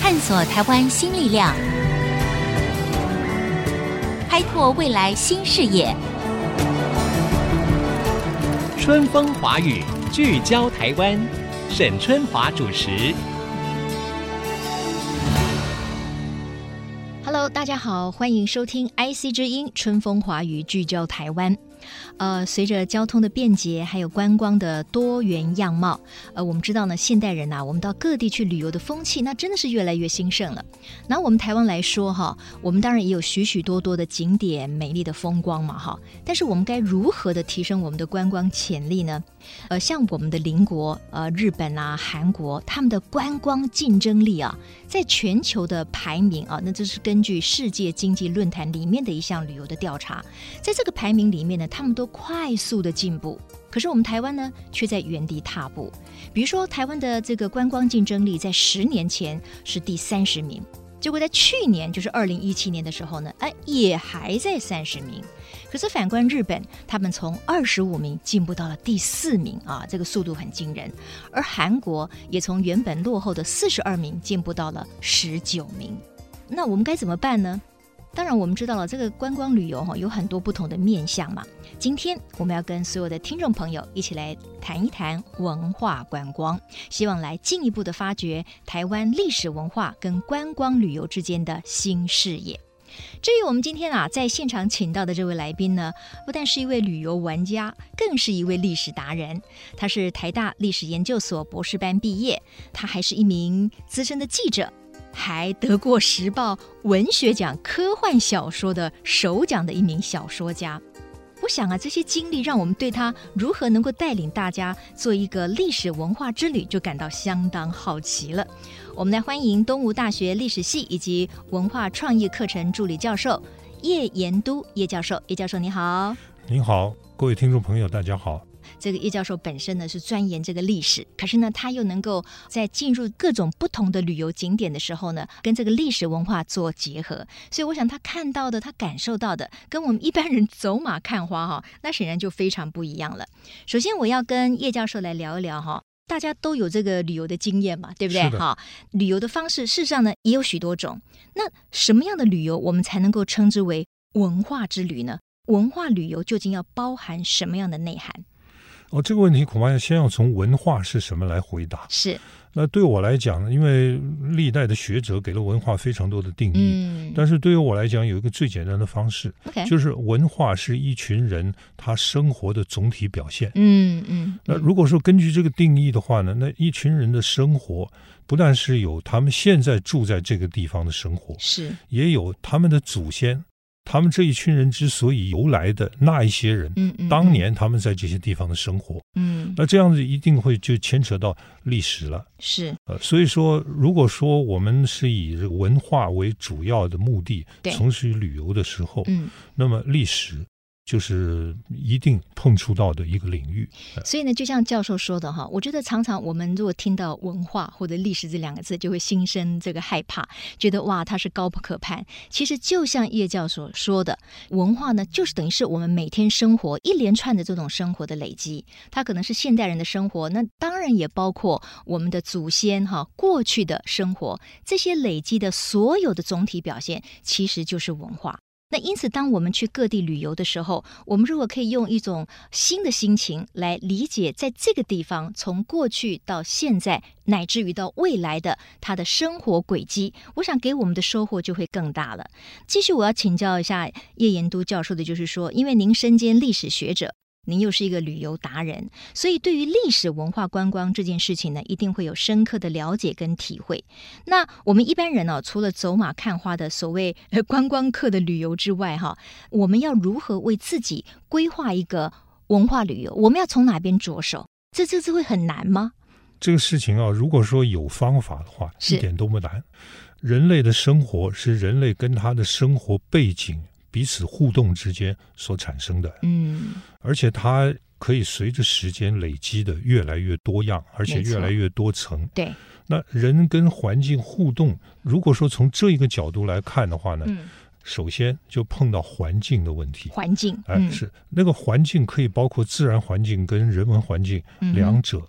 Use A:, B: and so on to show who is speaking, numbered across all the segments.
A: 探索台湾新力量，开拓未来新视野。
B: 春风华语聚焦台湾，沈春华主持。
C: Hello，大家好，欢迎收听 IC 之音春风华语聚焦台湾。呃，随着交通的便捷，还有观光的多元样貌，呃，我们知道呢，现代人呐、啊我们到各地去旅游的风气，那真的是越来越兴盛了。拿我们台湾来说哈，我们当然也有许许多多的景点、美丽的风光嘛哈，但是我们该如何的提升我们的观光潜力呢？呃，像我们的邻国呃日本啊、韩国，他们的观光竞争力啊，在全球的排名啊，那这是根据世界经济论坛里面的一项旅游的调查，在这个排名里面呢，他们都快速的进步。可是我们台湾呢，却在原地踏步。比如说，台湾的这个观光竞争力在十年前是第三十名，结果在去年，就是二零一七年的时候呢，哎，也还在三十名。可是反观日本，他们从二十五名进步到了第四名啊，这个速度很惊人。而韩国也从原本落后的四十二名进步到了十九名。那我们该怎么办呢？当然，我们知道了这个观光旅游哈、有很多不同的面向嘛。今天我们要跟所有的听众朋友一起来谈一谈文化观光，希望来进一步的发掘台湾历史文化跟观光旅游之间的新视野。至于我们今天啊，在现场请到的这位来宾呢，不但是一位旅游玩家，更是一位历史达人。他是台大历史研究所博士班毕业，他还是一名资深的记者，还得过《时报》文学奖科幻小说的首奖的一名小说家。我想啊，这些经历让我们对他如何能够带领大家做一个历史文化之旅，就感到相当好奇了。我们来欢迎东吴大学历史系以及文化创意课程助理教授叶延都叶教授。叶教授你好，
D: 您好，各位听众朋友，大家好。
C: 这个叶教授本身呢是钻研这个历史，可是呢他又能够在进入各种不同的旅游景点的时候呢，跟这个历史文化做结合，所以我想他看到的、他感受到的，跟我们一般人走马看花哈、那显然就非常不一样了。 首先我要跟叶教授来聊一聊哈、大家都有这个旅游的经验嘛，对不对？
D: 是的
C: 哈，旅游的方式事实上呢也有许多种。那什么样的旅游我们才能够称之为文化之旅呢？文化旅游究竟要包含什么样的内涵？
D: 哦，这个问题恐怕先要从文化是什么来回答。
C: 是，
D: 那对我来讲，因为历代的学者给了文化非常多的定义，
C: 嗯哎
D: 但是对于我来讲，有一个最简单的方式，
C: ，OK，
D: 就是文化是一群人他生活的总体表现。
C: 嗯嗯，
D: 那如果说根据这个定义的话呢，那一群人的生活不但是有他们现在住在这个地方的生活，
C: 是，
D: 也有他们的祖先，他们这一群人之所以由来的那一些人，
C: 嗯嗯，
D: 当年他们在这些地方的生活，
C: 嗯，嗯
D: 那这样子一定会就牵扯到历史了。
C: 是，
D: 呃，所以说，如果说我们是以这个文化为主要的目的
C: 对
D: 从事于旅游的时候，
C: 嗯，
D: 那么历史就是一定碰触到的一个领域。
C: 所以呢，就像教授说的哈，我觉得常常我们如果听到文化或者历史这两个字，就会心生这个害怕，觉得哇，它是高不可攀。其实就像叶教授说的，文化呢，就是等于是我们每天生活一连串的这种生活的累积，它可能是现代人的生活，那当然也包括我们的祖先哈过去的生活，这些累积的所有的总体表现，其实就是文化。那因此，当我们去各地旅游的时候，我们如果可以用一种新的心情来理解，在这个地方从过去到现在，乃至于到未来的他的生活轨迹，我想给我们的收获就会更大了。继续，我要请教一下叶延都教授的，就是说，因为您身兼历史学者。您又是一个旅游达人，所以对于历史文化观光这件事情呢，一定会有深刻的了解跟体会。那我们一般人呢、除了走马看花的所谓呃观光客的旅游之外，哈，我们要如何为自己规划一个文化旅游？我们要从哪边着手？这这次会很难吗？
D: 这个事情啊，如果说有方法的话，
C: 是
D: 一点都不难。人类的生活是人类跟他的生活背景彼此互动之间所产生的。
C: 嗯，
D: 而且它可以随着时间累积的越来越多样，而且
C: 没错
D: 越来越多层。
C: 对，
D: 那人跟环境互动，如果说从这一个角度来看的话呢，
C: 嗯，
D: 首先就碰到环境的问题。
C: 环境，
D: 哎、
C: 嗯，
D: 是那个环境可以包括自然环境跟人文环境
C: 嗯哼
D: 两者。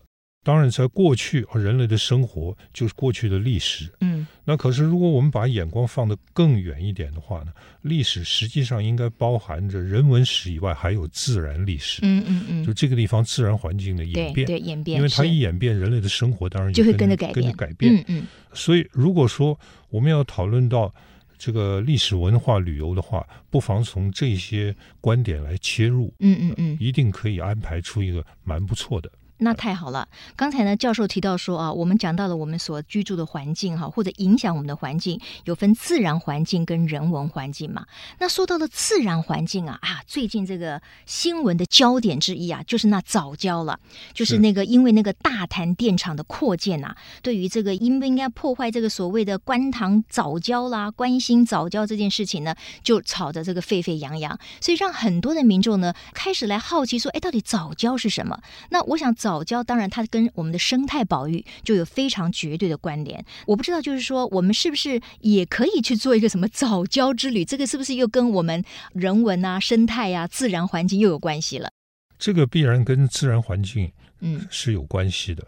D: 当然，在过去啊，人类的生活就是过去的历史。
C: 嗯，
D: 那可是，如果我们把眼光放得更远一点的话呢，历史实际上应该包含着人文史以外，还有自然历史。
C: 嗯嗯嗯，
D: 就这个地方自然环境的演
C: 对
D: 变，
C: 对演变，
D: 因为它
C: 是
D: 一演变，人类的生活当然也
C: 就会跟
D: 跟
C: 着改
D: 跟
C: 变，
D: 着改变。
C: 嗯嗯
D: 所以，如果说我们要讨论到这个历史文化旅游的话，不妨从这些观点来切入，
C: 嗯嗯嗯，
D: 一定可以安排出一个蛮不错的。
C: 那太好了。刚才呢，教授提到说啊，我们讲到了我们所居住的环境哈，或者影响我们的环境，有分自然环境跟人文环境嘛。那说到了自然环境啊啊，最近这个新闻的焦点之一啊，就是那早教了，就是
D: 是
C: 那个因为那个大潭电厂的扩建啊，对于这个应不应该破坏这个所谓的观塘早教啦、关心早教这件事情呢，就吵得这个沸沸扬扬，所以让很多的民众呢开始来好奇说，哎，到底早教是什么？那我想早教当然它跟我们的生态保育就有非常绝对的关联。我不知道就是说我们是不是也可以去做一个什么早教之旅？这个是不是又跟我们人文啊、生态啊、自然环境又有关系了？
D: 这个必然跟自然环境
C: 嗯
D: 是有关系的。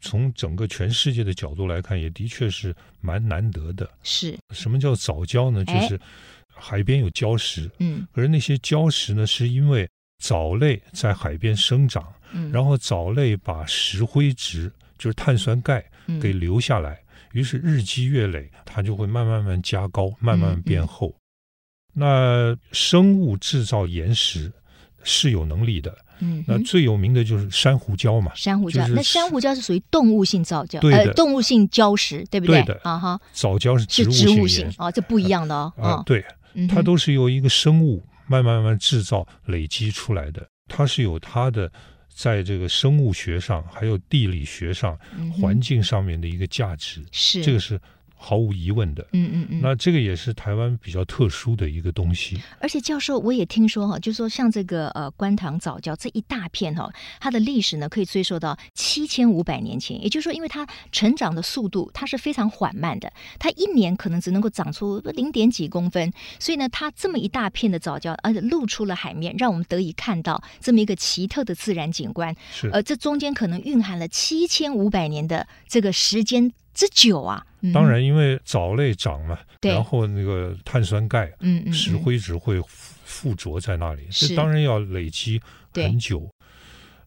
D: 从整个全世界的角度来看，也的确是蛮难得的。
C: 是，
D: 什么叫早礁呢？就
C: 哎
D: 是海边有礁石，
C: 嗯
D: 而那些礁石呢，是因为藻类在海边生长，
C: 嗯，
D: 然后藻类把石灰质，就是碳酸钙
C: 后
D: 给留下来，于是日积月累，它就会慢慢慢加高，慢
C: 嗯
D: 慢变厚。那生物制造岩石是有能力的，
C: 嗯
D: 那
C: 嗯
D: 最有名的就是珊瑚礁嘛。
C: 珊瑚礁，
D: 就是
C: 那珊瑚礁是属于动物性造礁，
D: 对的
C: 呃，动物性礁石，对不对？
D: 对的
C: 啊哈，
D: 藻礁是
C: 是
D: 物
C: 植物
D: 性
C: 性
D: 岩
C: 哦，这不一样的哦，
D: 啊，
C: 哦，
D: 对，
C: 嗯哼
D: 它都是由一个生物慢慢慢慢制造、累积出来的，它是有它的在这个生物学上、还有地理学上、
C: 嗯哼
D: 环境上面的一个价值，
C: 是
D: 这个，是毫无疑问的。
C: 嗯嗯嗯，
D: 那这个也是台湾比较特殊的一个东西，
C: 而且教授，我也听说哈，就说像这个呃观塘早教这一大片哈，它的历史呢可以追溯到七千五百年前，也就是说，因为它成长的速度它是非常缓慢的，它一年可能只能够长出零点几公分，所以呢，它这么一大片的早教，而且露出了海面，让我们得以看到这么一个奇特的自然景观。
D: 是
C: 呃，这中间可能蕴含了七千五百年的这个时间之久啊。嗯、
D: 当，然因为藻类长嘛，
C: 对
D: 然后那个碳酸钙、
C: 嗯嗯，嗯
D: 石，灰质会附附着在那里，
C: 是
D: 这当然要累积
C: 对
D: 很久。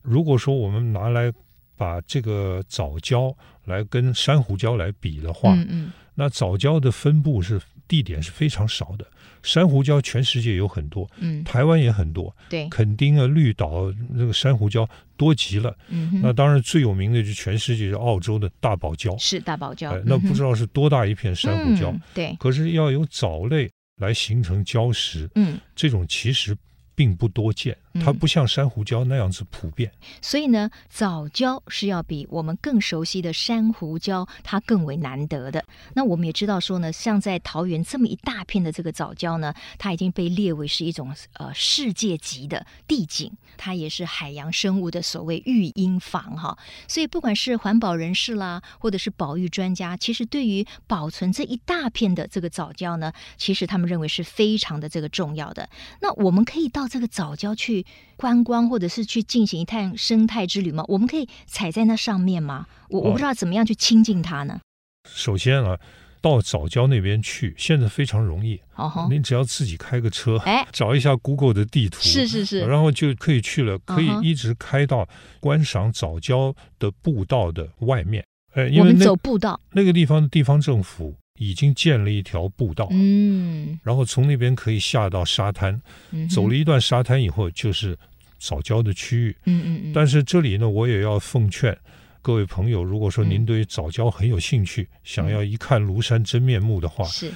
D: 如果说我们拿来把这个藻礁来跟珊瑚礁来比的话，
C: 嗯嗯，
D: 那藻礁的分布是地点是非常少的，珊瑚礁全世界有很多，
C: 嗯，
D: 台湾也很多，
C: 对，
D: 垦丁啊、绿岛那个珊瑚礁多极了。
C: 嗯哼，
D: 那当然最有名的就是全世界是澳洲的大堡礁，
C: 是啊嗯大堡礁
D: 哎，，那不知
C: 道
D: 道是多大一片珊瑚
C: 嗯
D: 礁，
C: 对，
D: 可是要有藻类来形成礁石，
C: 嗯，
D: 这种其实并不多见，
C: 嗯
D: 它不像珊瑚礁那样子普遍。
C: 所以呢，早教是要比我们更熟悉的珊瑚礁它更为难得的。那我们也知道说呢，像在桃园这么一大片的这个早礁呢，它已经被列为是一种呃世界级的地景，它也是海洋生物的所谓育婴房哈。所以不管是环保人士啦，或者是保育专家，其实对于保存这一大片的这个早教呢，其实他们认为是非常的这个重要的。那我们可以到这个早教去观光，或者是去进行一趟生态之旅吗？我们可以踩在那上面吗？我我
D: 哦
C: 不知道怎么样去亲近它呢。
D: 首先啊，到藻礁那边去现在非常容易，
C: 哦吼，
D: 你只要自己开个车，
C: 哎
D: 找一下 Google 的地图，
C: 是是是，
D: 然后就可以去了，可以
C: 嗯哼
D: 一直开到观赏藻礁的步道的外面。哎，因
C: 我
D: 为
C: 们
D: 那
C: 走步道，
D: 那个地方的地方政府已经建了一条步道，
C: 嗯，
D: 然后从那边可以下到沙滩。
C: 嗯哼
D: 走了，一段沙滩以后，就是早礁的区域。
C: 嗯嗯嗯，
D: 但是这里呢，我也要奉劝各位朋友，如果说您
C: 嗯
D: 对早礁很有兴趣，想要一看庐山真面目的话，
C: 是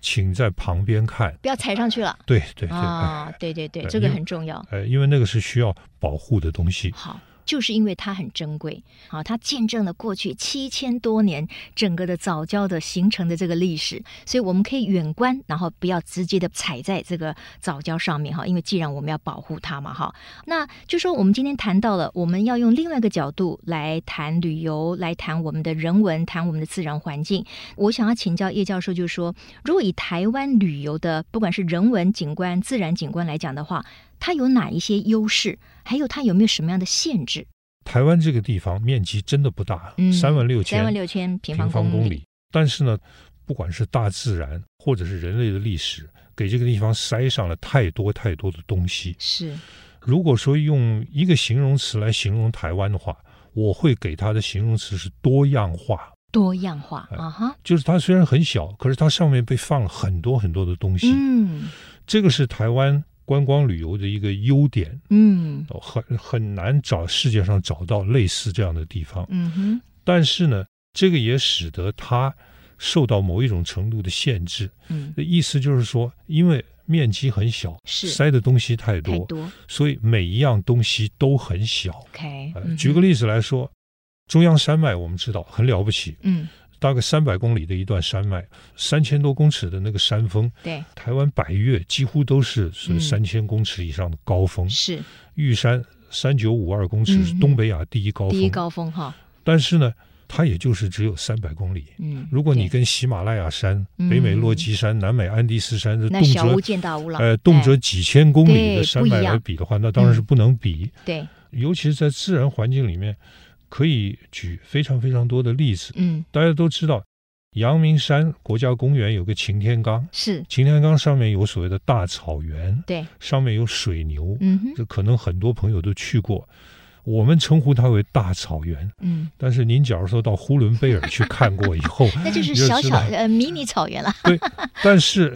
D: 请在旁边看。
C: 不要踩上去了
D: 对对对，哎
C: 啊！对对对，
D: 对
C: 这个
D: 因为
C: 很重要。
D: 哎，因为那个是需要保护的东西。
C: 好，就是因为它很珍贵，好，它见证了过去七千多年整个的早教的形成的这个历史，所以我们可以远观，然后不要直接的踩在这个早教上面哈，因为既然我们要保护它嘛哈，那就说我们今天谈到了，我们要用另外一个角度来谈旅游，来谈我们的人文，谈我们的自然环境。我想要请教叶教授，就是说，如果以台湾旅游的不管是人文景观、自然景观来讲的话，它有哪一些优势？还有它有没有什么样的限制？
D: 台湾这个地方面积真的不大
C: 嗯，
D: 三万六千
C: 三万六千平
D: 平
C: 方
D: 方公
C: 里，
D: 里。但是呢，不管是大自然或者是人类的历史，给这个地方塞上了太多太多的东西。
C: 是
D: 如果说用一个形容词来形容台湾的话，我会给它的形容词是多样化。
C: 多样化
D: 哎
C: 啊哈，
D: 就是它虽然很小，可是它上面被放了很多很多的东西。
C: 嗯
D: 这个是台湾观光旅游的一个优点，
C: 嗯
D: 哦很很难找世界上找到类似这样的地方。
C: 嗯哼，
D: 但是呢，这个也使得它受到某一种程度的限制。
C: 嗯
D: 意思就是说，因为面积很小，
C: 是
D: 塞的东西太多，
C: 嗯太多
D: 所以每一样东西都很小。
C: ，OK，
D: 呃
C: 嗯
D: 举个
C: 哼
D: 例子来说，中央山脉我们知道很了不起，
C: 嗯
D: 大概三百公里的一段山脉，三千多公尺的那个山峰，
C: 对
D: 台湾百越几乎都是
C: 嗯
D: 是三千公尺以上的高峰，
C: 是
D: 玉山三九五二公尺是
C: 嗯嗯
D: 东北亚第一高峰，
C: 第一高峰哈，
D: 但是呢，它也就是只有三百公里。
C: 嗯，
D: 如果你
C: 对
D: 跟喜马拉雅山、
C: 嗯
D: 北美落基山、南美安第斯山这
C: 那
D: 动
C: 小巫
D: 辄
C: 见大巫了，
D: 呃动辄
C: 哎
D: 几千公里
C: 对
D: 的山
C: 不一
D: 脉来
C: 样
D: 比的话，那当然是
C: 嗯
D: 不能比。
C: 对，
D: 尤其是在自然环境里面，可以举非常非常多的例子。
C: 嗯
D: 大家都知道，阳明山国家公园有个擎天岗，
C: 是，
D: 擎天岗上面有所谓的大草原，
C: 对，
D: 上面有水牛，
C: 嗯哼
D: 这可能很多朋友都去过。我们称呼它为大草原，
C: 嗯，
D: 但是您假如说到呼伦贝尔去看过以后
C: ，那就是
D: 你就
C: 小
D: 知
C: 小
D: 道
C: 呃迷你草原了，
D: 对，但是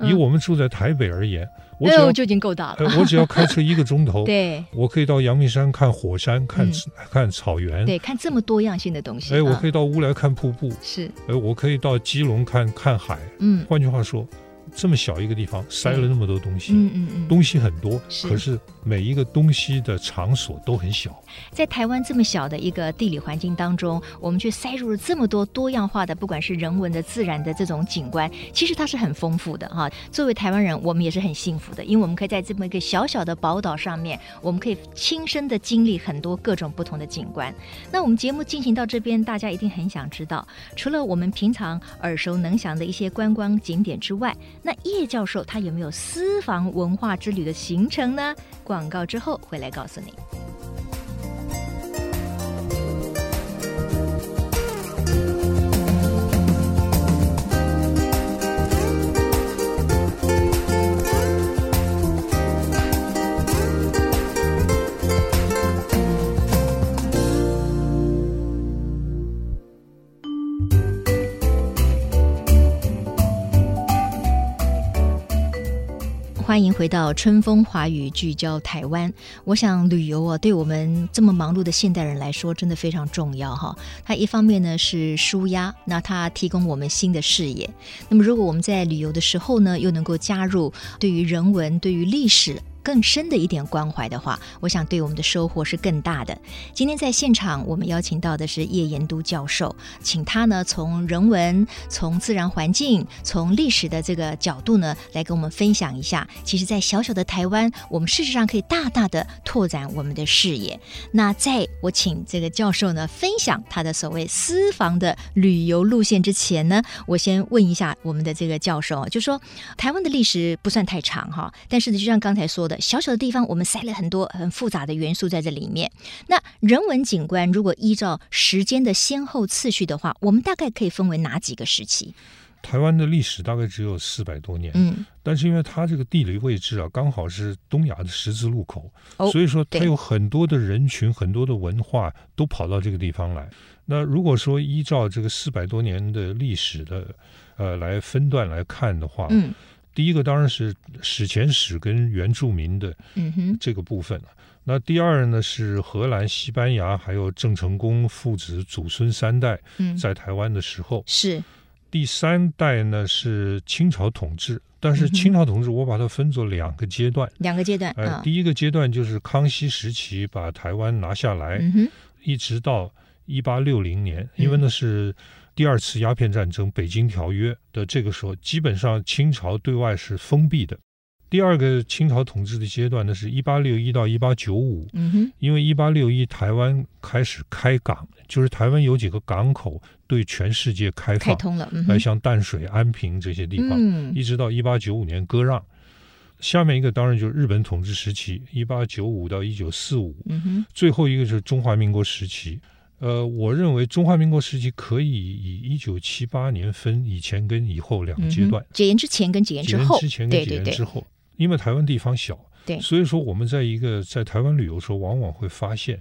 D: 以
C: 嗯
D: 我们住在台北而言，我
C: 哎
D: 只要
C: 呦就已经够大了，
D: 呃我只要开车一个钟 头，
C: 对
D: 我可以到阳明山看火山，看
C: 嗯
D: 看草原。
C: 对，看这么多样性的东西，
D: 哎，我
C: 啊
D: 可以到乌来看瀑布，
C: 是，
D: 哎，我可以到基隆看看海。
C: 嗯
D: 换句话说，这么小一个地方塞了那么多东西，
C: 嗯嗯嗯，
D: 东西很多，
C: 是
D: 可是每一个东西的场所都很小。
C: 在台湾这么小的一个地理环境当中，我们却塞入了这么多多样化的，不管是人文的、自然的这种景观，其实它是很丰富的哈。作为台湾人，我们也是很幸福的，因为我们可以在这么一个小小的宝岛上面，我们可以亲身的经历很多各种不同的景观。那我们节目进行到这边，大家一定很想知道，除了我们平常耳熟能详的一些观光景点之外，那叶教授他有没有私房文化之旅的行程呢？广告之后回来告诉你。欢迎回到春风华语聚焦台湾。我想旅游啊，对我们这么忙碌的现代人来说，真的非常重要哈。它一方面呢是舒压，那它提供我们新的视野。那么如果我们在旅游的时候呢，又能够加入对于人文、对于历史。更深的一点关怀的话，我想对我们的收获是更大的。今天在现场，我们邀请到的是叶延都教授，请他呢从人文、从自然环境、从历史的这个角度呢，来跟我们分享一下。其实，在小小的台湾，我们事实上可以大大的拓展我们的视野。那在我请这个教授呢分享他的所谓私房的旅游路线之前呢，我先问一下我们的这个教授啊，就说台湾的历史不算太长哈，但是呢，就像刚才说的，小小的地方我们塞了很多很复杂的元素在这里面。那人文景观如果依照时间的先后次序的话，我们大概可以分为哪几个时期？
D: 台湾的历史大概只有四百多年，
C: 嗯，
D: 但是因为它这个地理位置啊，刚好是东亚的十字路口，
C: 哦
D: 所以说它
C: 对
D: 有很多的人群、很多的文化都跑到这个地方来。那如果说依照这个四百多年的历史的呃来分段来看的话，
C: 嗯
D: 第一个当然是史前史跟原住民的
C: 嗯哼，
D: 这个部分了那第二呢是荷兰、西班牙还有郑成功父子祖孙三代
C: 嗯，
D: 在台湾的时候，
C: 是
D: 第三代呢是清朝统治，但
C: 嗯
D: 是
C: 哼
D: 清朝统治我把它分作两个阶段。
C: 两个阶段
D: 呃
C: 啊，，
D: 第一个阶段就是康熙时期把台湾拿下来，
C: 嗯哼，
D: 一直到一八六零年，
C: 嗯
D: 因为那是第二次鸦片战争《北京条约》的这个时候，基本上清朝对外是封闭的。第二个清朝统治的阶段呢，是一八六一到一八九五，
C: 嗯哼，
D: 因为一八六一台湾开始开港，就是台湾有几个港口对全世界开
C: 开
D: 放，
C: 通了，嗯
D: 呃，
C: 哼，
D: 像淡水、安平这些地方，
C: 嗯
D: 一直到一八九五年割让。下面一个当然就是日本统治时期，一八九五到一九四五，
C: 嗯哼，
D: 最后一个就是中华民国时期。呃，我认为中华民国时期可以以一九七八年分以前跟以后两个阶段
C: 嗯哼，解严之前跟解严
D: 解
C: 之
D: 严
C: 后，
D: 之前跟
C: 对
D: 解
C: 对
D: 严
C: 对
D: 之，后，因为台湾地方小，
C: 对
D: 所以说我们在一个在台湾旅游的时候，往往会发现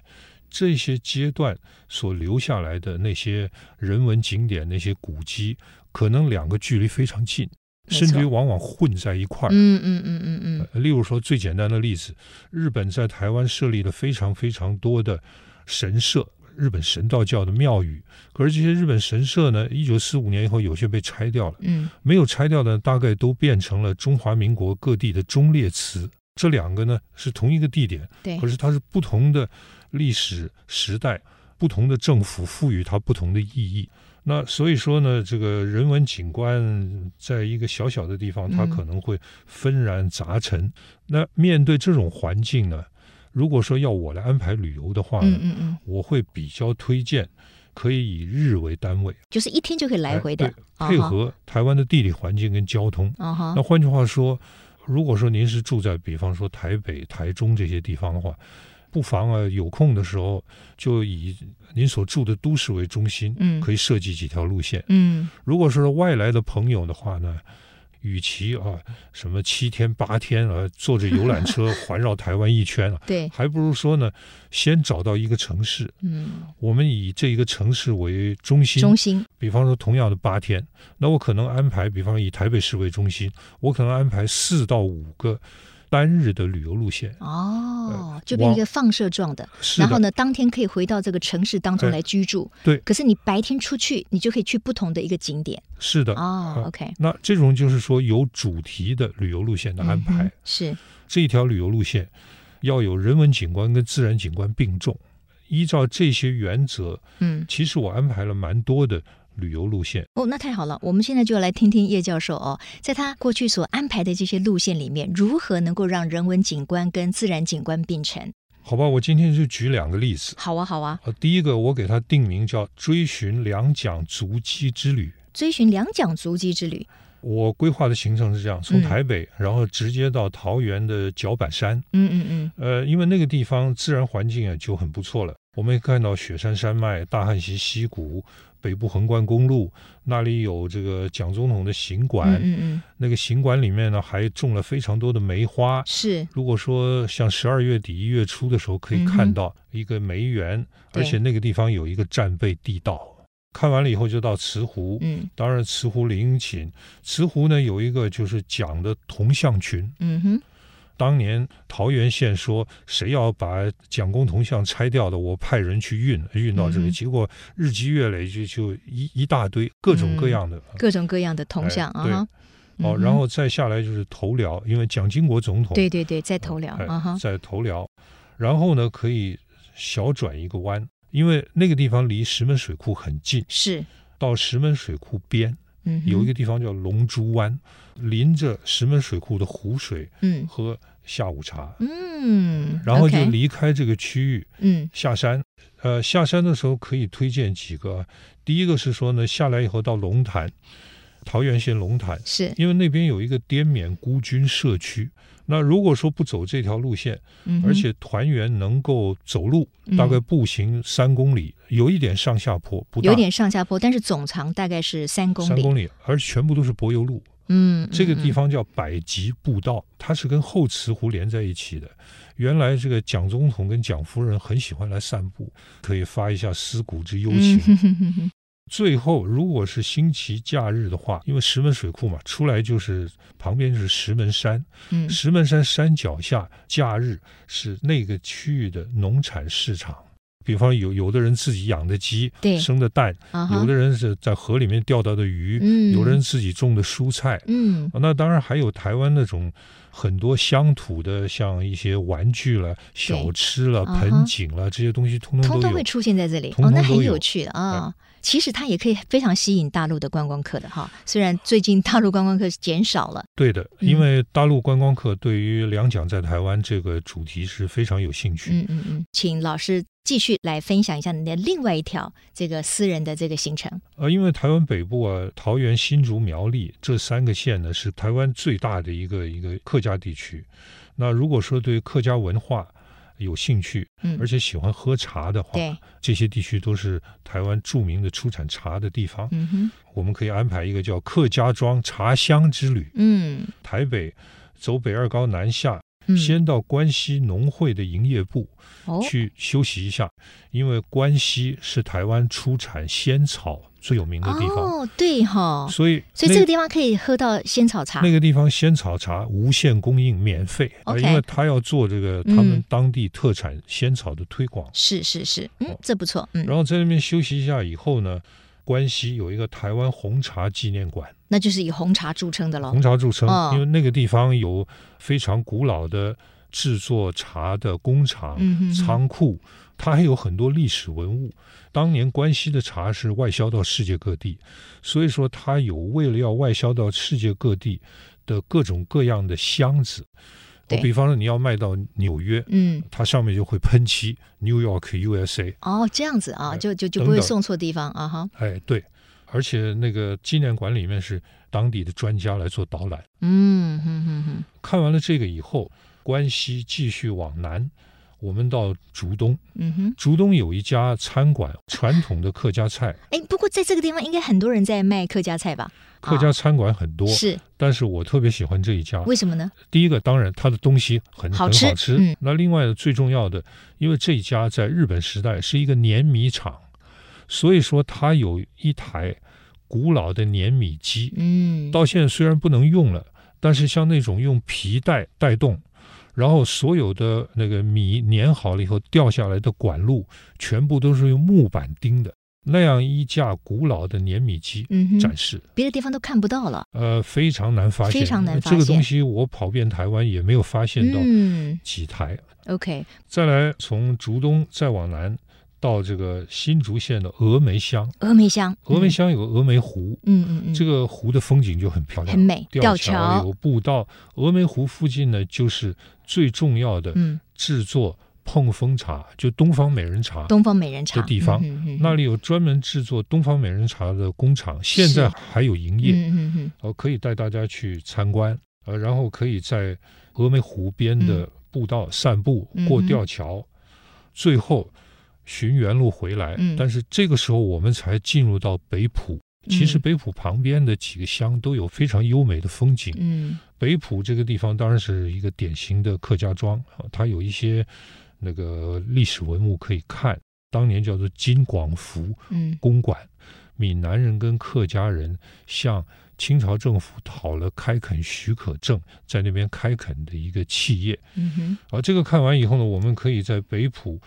D: 这些阶段所留下来的那些人文景点、那些古迹，可能两个距离非常近，
C: 没
D: 甚至于
C: 错
D: 往往混在一块儿。
C: 嗯嗯嗯嗯嗯，
D: 呃例如说最简单的例子，日本在台湾设立了非常非常多的神社，日本神道教的庙宇。可是这些日本神社呢，一九四五年以后有些被拆掉了，
C: 嗯，
D: 没有拆掉的大概都变成了中华民国各地的忠烈祠。这两个呢是同一个地点，
C: 对嗯
D: 可，是它是不同的历史时代、不同的政府赋予它不同的意义。那所以说呢，这个人文景观在一个小小的地方，它
C: 嗯
D: 可能会纷然杂陈。那面对这种环境呢，如果说要我来安排旅游的话呢，
C: 嗯嗯嗯，
D: 我会比较推荐可以以日为单位，
C: 就是一天就可以来回的
D: 哎，对
C: 啊
D: 配
C: 哈，
D: 合台湾的地理环境跟交通。
C: 啊哈
D: 那，换句话说，如果说您是住在比方说台北、台中这些地方的话，不妨啊有空的时候就以您所住的都市为中心，
C: 嗯
D: 可以设计几条路线。
C: 嗯，
D: 如果说是外来的朋友的话呢，与其啊什么七天八天啊坐着游 览车环绕台湾一圈啊，
C: 对，
D: 还不如说呢，先找到一个城市，
C: 嗯，
D: 我们以这一个城市为中心，
C: 中心，
D: 比方说同样的八天，那我可能安排，比方以台北市为中心，我可能安排四到五个单日的旅游路线。
C: 哦
D: 呃，
C: 就变成一
D: 往
C: 个放射状的，
D: 是
C: 然后
D: 的，
C: 呢，当天可以回到这个城市当中
D: 哎
C: 来居住。
D: 对
C: 可是你白天出去，你就可以去不同的一个景点。
D: 是的。
C: 哦
D: 啊
C: OK，
D: 那这种就是说有主题的旅游路线的安排，
C: 嗯哼是，
D: 这一条旅游路线要有人文景观跟自然景观并重。依照这些原则，
C: 嗯，
D: 其实我安排了蛮多的旅游路线。
C: 哦，那太好了。我们现在就来听听叶教授哦，在他过去所安排的这些路线里面，如何能够让人文景观跟自然景观并成？
D: 好吧，我今天就举两个例子。
C: 好啊，好啊，
D: 啊，第一个我给它定名叫“追寻两蒋足迹之旅”。
C: 追寻两蒋足迹之旅。
D: 我规划的行程是这样：从
C: 嗯
D: 台北，然后直接到桃园的脚板山。
C: 嗯嗯嗯，
D: 呃，因为那个地方自然环境啊就很不错了。我们也看到雪山山脉、大汉溪溪谷、北部横贯公路，那里有这个蒋总统的行馆。
C: 嗯嗯嗯，
D: 那个行馆里面呢，还种了非常多的梅花。
C: 是，
D: 如果说像十二月底一月初的时候，可以
C: 嗯哼
D: 看到一个梅园，
C: 对
D: 而且那个地方有一个战备地道。看完了以后就到慈湖，
C: 嗯
D: 当然，慈湖陵寝，慈湖呢有一个就是蒋的铜像群。
C: 嗯哼，
D: 当年桃园县说谁要把蒋公铜像拆掉的，我派人去运，运到这
C: 嗯
D: 里。
C: 哼
D: 结果日积月累就就一一大堆各种各样的。
C: 各种各样的铜
D: 哎
C: 像啊
D: 对
C: 哈。嗯
D: 哦，
C: 哼
D: 然后再下来就是头寮，因为蒋经国总统
C: 对对对，在头疗
D: 哎
C: 啊哈。
D: 在头寮，然后呢可以小转一个弯，因为那个地方离石门水库很近，
C: 是，
D: 到石门水库边。
C: 嗯哼，
D: 有一个地方叫龙珠湾，临着石门水库的湖水
C: 嗯
D: 喝下午茶，
C: 嗯，
D: 然后就
C: OK，
D: 离开这个区域
C: 嗯
D: 下山。呃，下山的时候可以推荐几个，啊第一个是说呢，下来以后到龙潭，桃园县龙潭，
C: 是，
D: 因为那边有一个滇缅孤军社区。那如果说不走这条路线，
C: 嗯哼
D: 而且团员能够走路，
C: 嗯
D: 大概步行三公里，有一点上下坡，不大，
C: 有点上下坡，但是总长大概是三公
D: 三
C: 里。
D: 公里，而全部都是柏油路。
C: 嗯，
D: 这个地
C: 方
D: 方叫百吉步道，它是跟后慈湖连在一起的。原来这个蒋总统跟蒋夫人很喜欢来散步，可以发一下思古之
C: 嗯
D: 幽情。
C: 情。
D: 最后，如果是星期假日的话，因为石门水库嘛，出来就是旁边就是石门山，
C: 嗯，
D: 石门山山脚下假日是那个区域的农产市场。比方有有的人自己养的鸡
C: 对
D: 生的蛋，
C: 啊哈
D: 有的人是在河里面钓到的鱼，
C: 嗯
D: 有的人自己种的蔬菜，
C: 嗯
D: 啊那当然还有台湾那种很多乡土的，像一些玩具了、小吃了、
C: 啊哈
D: 盆景了，这些东西通
C: 通
D: 通都
C: 通
D: 有
C: 会。出现在这里
D: 通
C: 哦，那
D: 通
C: 很
D: 都
C: 有
D: 有哎
C: 趣的啊。其实它也可以非常吸引大陆的观光客的哈，虽然最近大陆观光客减少了，
D: 对的，
C: 嗯
D: 因为大陆观光客对于两蒋在台湾这个主题是非常有兴趣。
C: 嗯嗯嗯，请老师继续来分享一下你的另外一条这个私人的这个行程。
D: 呃，因为台湾北部啊，桃园、新竹、苗栗这三个县呢，是台湾最大的一个一个客家地区。那如果说对客家文化有兴趣，
C: 嗯
D: 而且喜欢喝茶的话，
C: 对，
D: 这些地区都是台湾著名的出产茶的地方。
C: 嗯哼，
D: 我们可以安排一个叫客家庄茶乡之旅，
C: 嗯
D: 台北走北二高南下，
C: 嗯，
D: 先到关西农会的营业部、
C: 哦，
D: 去休息一下，因为关西是台湾出产仙草最有名的地方，
C: 哦，对哈、
D: 所以
C: 所以
D: 那
C: 这个地方可以喝到仙草茶。
D: 那个地方仙草茶无限供应，免费，呃
C: OK
D: 因为他要做这个
C: 嗯
D: 他们当地特产仙草的推广。
C: 是是是，嗯
D: 哦，
C: 这不错，嗯，
D: 然后在那边休息一下以后呢，关西有一个台湾红茶纪念馆，
C: 那就是以红茶著称的喽
D: 红。茶著称
C: 哦，
D: 因为那个地方有非常古老的制作茶的工厂、
C: 嗯哼哼
D: 仓库，它还有很多历史文物。当年关西的茶是外销到世界各地，所以说它有为了要外销到世界各地的各种各样的箱子。我
C: 对
D: 比方说你要卖到纽约，
C: 嗯，
D: 它上面就会喷漆 New York USA。
C: 哦，这样子啊，
D: 呃
C: 就就就
D: 等
C: 不会
D: 等
C: 送错地方啊哈。
D: 哎，对，而且那个纪念馆里面是当地的专家来做导览。
C: 嗯哼哼哼，
D: 看完了这个以后，关西继续往南，我们到竹东。
C: 嗯哼，
D: 竹东有一家餐馆，传统的客家菜，
C: 哎，不过在这个地方应该很多人在卖客家菜吧？
D: 客
C: 啊
D: 家餐馆很多，啊
C: 是
D: 但是我特别喜欢这一家。
C: 为什么呢？
D: 第一个，当然它的东西很
C: 好
D: 很
C: 吃
D: 好吃。
C: 嗯
D: 那另外最重要的，因为这一家在日本时代是一个碾米厂，所以说它有一台古老的碾米机。
C: 嗯，
D: 到现在虽然不能用了，但是像那种用皮带带动，然后所有的那个米碾好了以后掉下来的管路，全部都是用木板钉的，那样一架古老的碾米机
C: 嗯哼
D: 展，示，
C: 别的地方都看不到了。
D: 呃，非常难发现，
C: 非常难发
D: 这个
C: 现
D: 东西我跑遍台湾也没有发现到
C: 嗯
D: 几台。
C: ，OK，
D: 再来从竹东再往南到这个新竹县的峨眉乡，
C: 峨眉乡，
D: 峨眉
C: 嗯，
D: 乡有个峨眉湖，
C: 嗯嗯嗯，
D: 这
C: 个
D: 个湖的风景就很漂亮
C: 很。美，
D: 吊
C: 桥，
D: 有步道，峨眉湖附近呢，就是最重要的
C: 嗯，
D: 制作碰风茶，就东方美人茶。
C: 东方美人茶
D: 的地方
C: 嗯哼
D: 那里有专门制作东方美人茶的工厂，现在还有营业，
C: 嗯嗯嗯，
D: 呃，可以带大家去参观，呃，然后可以在峨眉湖边的步道散步，
C: 嗯
D: 过
C: 嗯哼
D: 吊桥，最后循原路回来。
C: 嗯
D: 但是这个时候我们才进入到北浦，其实
C: 嗯
D: 北浦旁边的几个乡都有非常优美的风景。
C: 嗯
D: 北浦这个地方当然是一个典型的客家庄，啊它有一些那个历史文物可以看，当年叫做金广福
C: 嗯
D: 公馆，闽南人跟客家人向清朝政府讨了开垦许可证，在那边开垦的一个企业。
C: 嗯哼，
D: 啊，这个看完以后呢，我们可以在北浦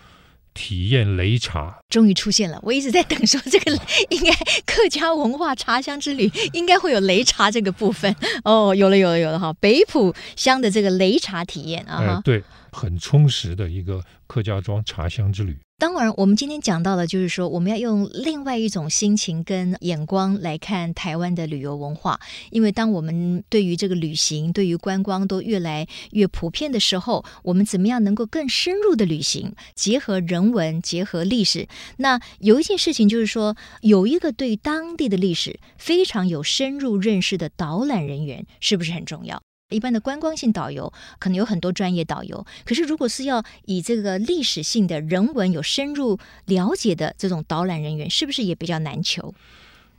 D: 体验擂茶，
C: 终于出现了。我一直在等说这个 应该客家文化茶乡之旅应该会有擂茶这个部分哦，有了有了有了哈，北浦乡的这个擂茶体验啊
D: 哎、
C: 哈。
D: 对，很充实的一个客家庄茶乡之旅。
C: 当然，我们今天讲到的就是说，我们要用另外一种心情跟眼光来看台湾的旅游文化。因为当我们对于这个旅行、对于观光都越来越普遍的时候，我们怎么样能够更深入的旅行，结合人文，结合历史？那有一件事情就是说，有一个对当地的历史非常有深入认识的导览人员，是不是很重要？一般的观光性导游可能有很多专业导游，可是如果是要以这个历史性的人文有深入了解的这种导览人员，是不是也比较难求？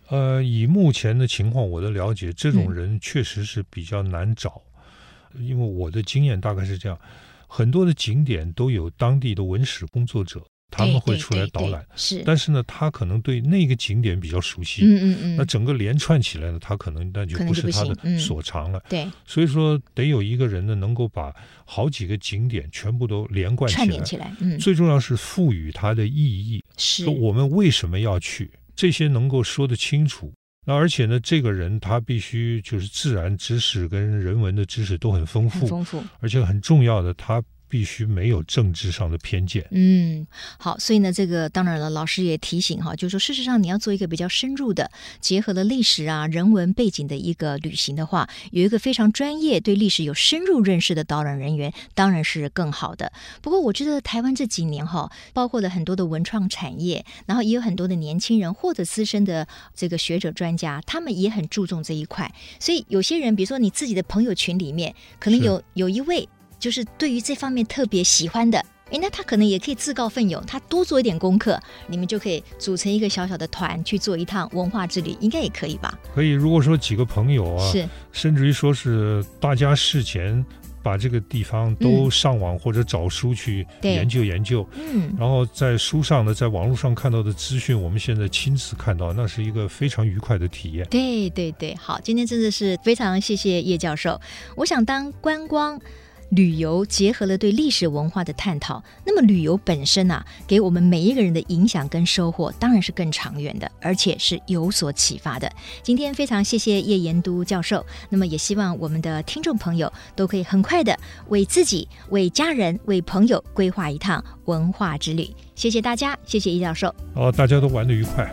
D: 呃，以目前的情况，我的了解，这种
C: 嗯
D: 人确实是比较难找，因为我的经验大概是这样，很多的景点都有当地的文史工作者，他们会
C: 对
D: 出来
C: 对
D: 导
C: 对
D: 览，
C: 是，
D: 但是呢，他可能对那个景点比较熟悉。
C: 嗯嗯
D: 那
C: 嗯，
D: 整个连串起来呢，他可能那就
C: 可能
D: 不
C: 就是不
D: 他
C: 行嗯
D: 的所长了。
C: 对，
D: 所以说，得有一个人呢，能够把好几个景点全部都连贯
C: 串
D: 起
C: 联
D: 来。
C: 起来，嗯，
D: 最重要是赋予它的意义。
C: 是
D: 说，我们为什么要去，这些能够说得清楚。那而且呢，这个人他必须就是自然知识跟人文的知识都很丰
C: 很
D: 富，
C: 丰富，
D: 而且很重要的，他必须没有政治上的偏见。
C: 嗯，好，所以呢，这个当然了，老师也提醒哈，就是说，事实上你要做一个比较深入的，结合了历史啊、人文背景的一个旅行的话，有一个非常专业、对历史有深入认识的导览人员，当然是更好的。不过，我觉得台湾这几年哈，包括了很多的文创产业，然后也有很多的年轻人或者资深的这个学者专家，他们也很注重这一块。所以，有些人，比如说你自己的朋友群里面，可能
D: 是
C: 有有一位就是对于这方面特别喜欢的。诶，那他可能也可以自告奋勇，他多做一点功课，你们就可以组成一个小小的团去做一趟文化之旅，应该也可以吧？
D: 可以，如果说几个朋友啊，
C: 是，
D: 甚至于说是大家事前把这个地方都上网或者找书去
C: 对
D: 研究研究，
C: 嗯，
D: 然后在书上呢，在网络上看到的资讯，我们现在亲自看到，那是一个非常愉快的体验。
C: 对对对，好，今天真的是非常谢谢叶教授。我想，当观光旅游结合了对历史文化的探讨，那么旅游本身啊，给我们每一个人的影响跟收获，当然是更长远的，而且是有所启发的。今天非常谢谢叶延都教授，那么也希望我们的听众朋友都可以很快的为自己、为家人、为朋友规划一趟文化之旅。谢谢大家，谢谢叶教授。
D: 哦，大家都玩得愉快。